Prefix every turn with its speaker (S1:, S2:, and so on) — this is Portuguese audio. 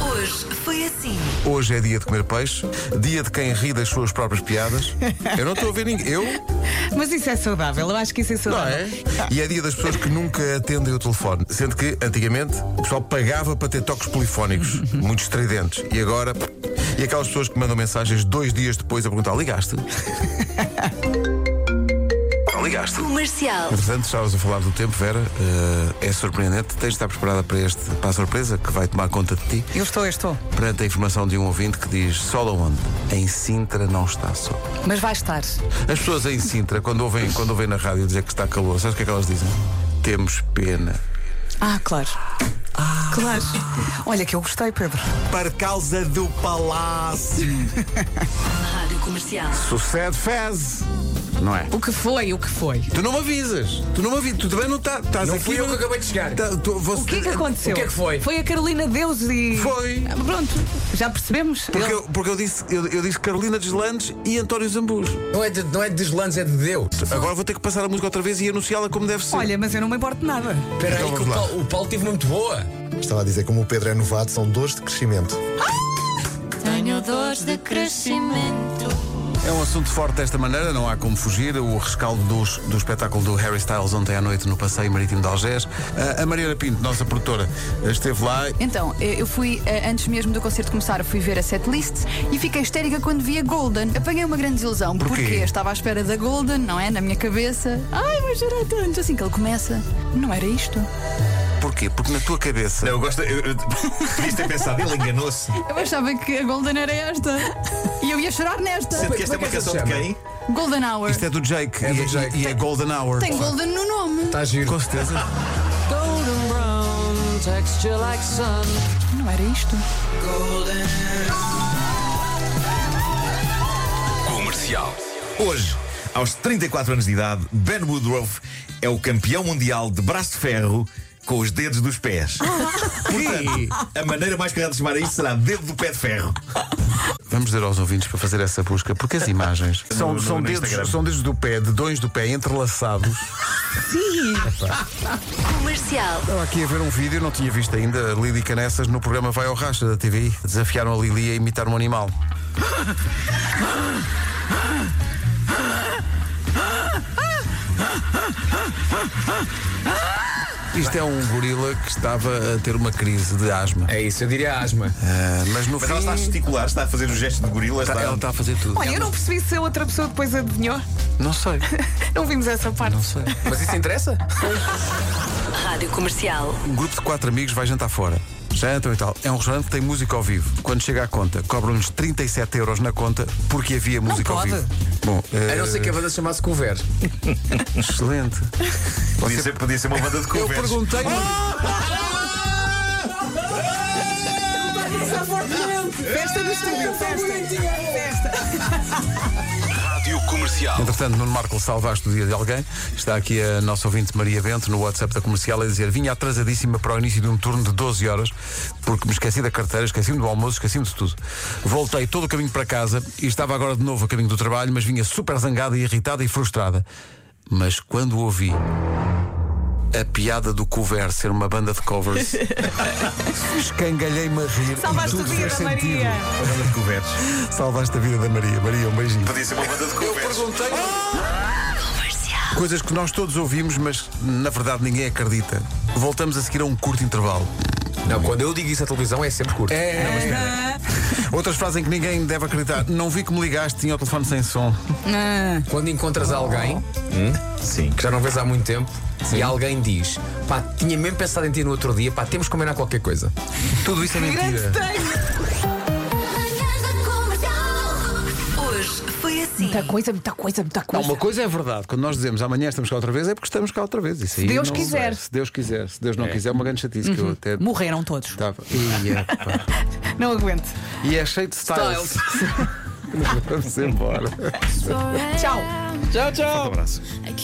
S1: hoje foi assim.
S2: Hoje é dia de comer peixe, dia de quem ri das suas próprias piadas. Eu não estou a ouvir ninguém. Eu?
S3: Mas isso é saudável, eu acho que isso é
S2: Não
S3: saudável.
S2: é? E é dia das pessoas que nunca atendem o telefone. Sendo que, antigamente, o pessoal pagava para ter toques polifónicos, muito estridentes. E agora. E aquelas pessoas que mandam mensagens dois dias depois a perguntar: ligaste? ligaste?
S1: Comercial.
S2: Entretanto, estavas a falar do tempo, Vera. Eh, é surpreendente. Tens de estar preparada para, este, para a surpresa que vai tomar conta de ti.
S3: Eu estou, eu estou.
S2: Perante a informação de um ouvinte que diz: Sol aonde? Em Sintra não está sol.
S3: Mas vai estar.
S2: As pessoas em Sintra, quando ouvem, quando ouvem na rádio dizer que está calor, sabes o que é que elas dizem? Temos pena.
S3: Ah, claro.
S2: Ah.
S3: Claro. Olha que eu gostei, Pedro.
S2: Por causa do palácio.
S1: Rádio Comercial.
S2: Sucede fez. Não é?
S3: O que foi, o que foi?
S2: Tu não me avisas. Tu não me avisas. Tu também não tá- estás
S4: Não
S2: aqui.
S4: fui eu que acabei de chegar.
S2: Tá- tu- você-
S3: O que é que aconteceu?
S4: o que é que foi?
S3: Foi a Carolina Deus e.
S2: Foi.
S3: Ah, Pronto, já percebemos.
S2: Porque
S3: Ele-
S2: eu, porque eu disse, eu, eu disse Carolina Deslandes e António Zambus.
S4: Não é de, não é de deslandes, é de Deus.
S2: Agora vou ter que passar a música outra vez e anunciá-la como deve ser.
S3: Olha, mas eu não me importo de nada.
S4: Espera
S2: Então
S4: aí, que
S2: vamos
S4: o
S2: lá.
S4: Paulo, o Paulo teve uma muito boa.
S5: Estava a dizer como o Pedro é novato, são dores de crescimento.
S6: Tenho dores de crescimento.
S2: É um assunto forte desta maneira, não há como fugir. O rescaldo dos- do espetáculo do Harry Styles ontem à noite no Passeio Marítimo de Algés. A- A Mariana Pinto, nossa produtora, esteve lá.
S7: Então, eh, eu fui, eh, antes mesmo do concerto começar, fui ver a setlist e fiquei histérica quando vi a Golden. Apanhei uma grande desilusão,
S2: Porquê?
S7: porque eu estava à espera da Golden, não é? Na minha cabeça. Ai, mas era tanto assim que ele começa. Não era isto.
S2: Porquê? Porque na tua cabeça.
S8: Eu gosto. Eu, eu, podias ter pensado, ele enganou-se.
S4: é
S7: Eu achava que a Golden era esta. E eu ia chorar nesta.
S8: Sendo que esta é
S4: como
S8: uma
S4: é que essa
S8: canção
S4: se chama?
S8: de quem?
S7: Golden Hour.
S2: Isto é do Jake, e,
S4: do Jake.
S2: e- e é Golden Hour.
S7: Tem Golden no nome.
S4: Está giro.
S2: Com certeza.
S7: Não era isto.
S8: Hoje, aos 34 anos de idade, Ben Woodruff é o campeão mundial de braço de ferro com os dedos dos pés. Portanto, a maneira mais correta de chamar isto será dedo do pé de ferro.
S2: Vamos dizer aos ouvintes para fazer essa busca, porque as imagens são,
S8: No-
S2: são,
S8: no- no
S2: dedos,
S8: Instagram.
S2: são dedos do pé, dedões do pé entrelaçados.
S1: Comercial.
S2: Estava aqui a ver um vídeo, não tinha visto ainda, a Lili Canessas no programa Vai ao Racha da TV. Desafiaram a Lili a imitar um animal. Isto é um gorila que estava a ter uma crise de asma.
S4: É isso, eu diria asma.
S2: Ah, mas no
S8: Mas
S2: fim,
S8: ela está a gesticular, está a fazer o gesto de gorila. Está,
S2: está- ela está a fazer tudo.
S3: Olha, eu não percebi se a outra pessoa depois adivinhou.
S2: Não sei,
S3: Não vimos essa parte.
S2: não sei.
S4: Mas isso interessa?
S1: Rádio Comercial.
S2: Um grupo de quatro amigos vai jantar fora. Jantam e tal. É um restaurante que tem música ao vivo. Quando chega à conta, cobram-nos 37 euros na conta porque havia música
S3: pode.
S2: ao vivo. Bom,
S4: A
S2: eh,
S4: não ser que a banda chamasse Cover.
S2: excelente.
S8: podia, ser, podia ser uma banda de
S2: Eu
S8: covers.
S2: perguntei.
S3: Festa no estúdio, festa. Festa.
S2: Entretanto, Nuno Marco salvaste o dia de alguém. Está aqui a nossa ouvinte Maria Bento no WhatsApp da comercial a dizer: Vinha atrasadíssima para o início de um turno de 12 horas porque me esqueci da carteira, esqueci-me do almoço, esqueci-me de tudo. Voltei todo o caminho para casa e estava agora de novo a caminho do trabalho, mas vinha super zangada, e irritada e frustrada. Mas quando ouvi a piada do cover ser uma banda de covers, escangalhei-me a rir. e
S3: Salvaste o
S2: tudo
S3: dia
S2: fez
S3: da
S2: sentido.
S3: Maria.
S8: Uma banda de covers.
S2: Salvaste a vida da Maria. Maria, um beijinho.
S8: Podia ser uma banda de
S2: Eu
S8: covers.
S2: perguntei. Coisas que nós todos ouvimos, mas na verdade ninguém acredita. Voltamos a seguir a um curto intervalo.
S4: Não, quando eu digo isso à televisão é sempre curto.
S2: Outras frases em que ninguém deve acreditar. Não vi que me ligaste, tinha o telefone sem som.
S4: Quando encontras alguém
S8: Sim.
S4: que já não vês há muito tempo e alguém diz: pá, tinha mesmo pensado em ti no outro dia, pá, temos que combinar qualquer coisa.
S2: Tudo isso é mentira.
S1: Hoje foi assim.
S3: Muita coisa, muita coisa, muita
S2: Não,
S3: coisa.
S2: uma coisa é verdade. Quando nós dizemos amanhã estamos cá outra vez, é porque estamos cá outra vez. Isso aí
S3: Deus
S2: não- é.
S3: quiser.
S2: Se Deus quiser. Se Deus não quiser, é uma grande chatice que eu até.
S3: Morreram todos.
S2: Estava. Ia, pá.
S3: Não aguento.
S2: E é cheio de styles. Vamos embora.
S3: Tchau.
S8: Um abraço.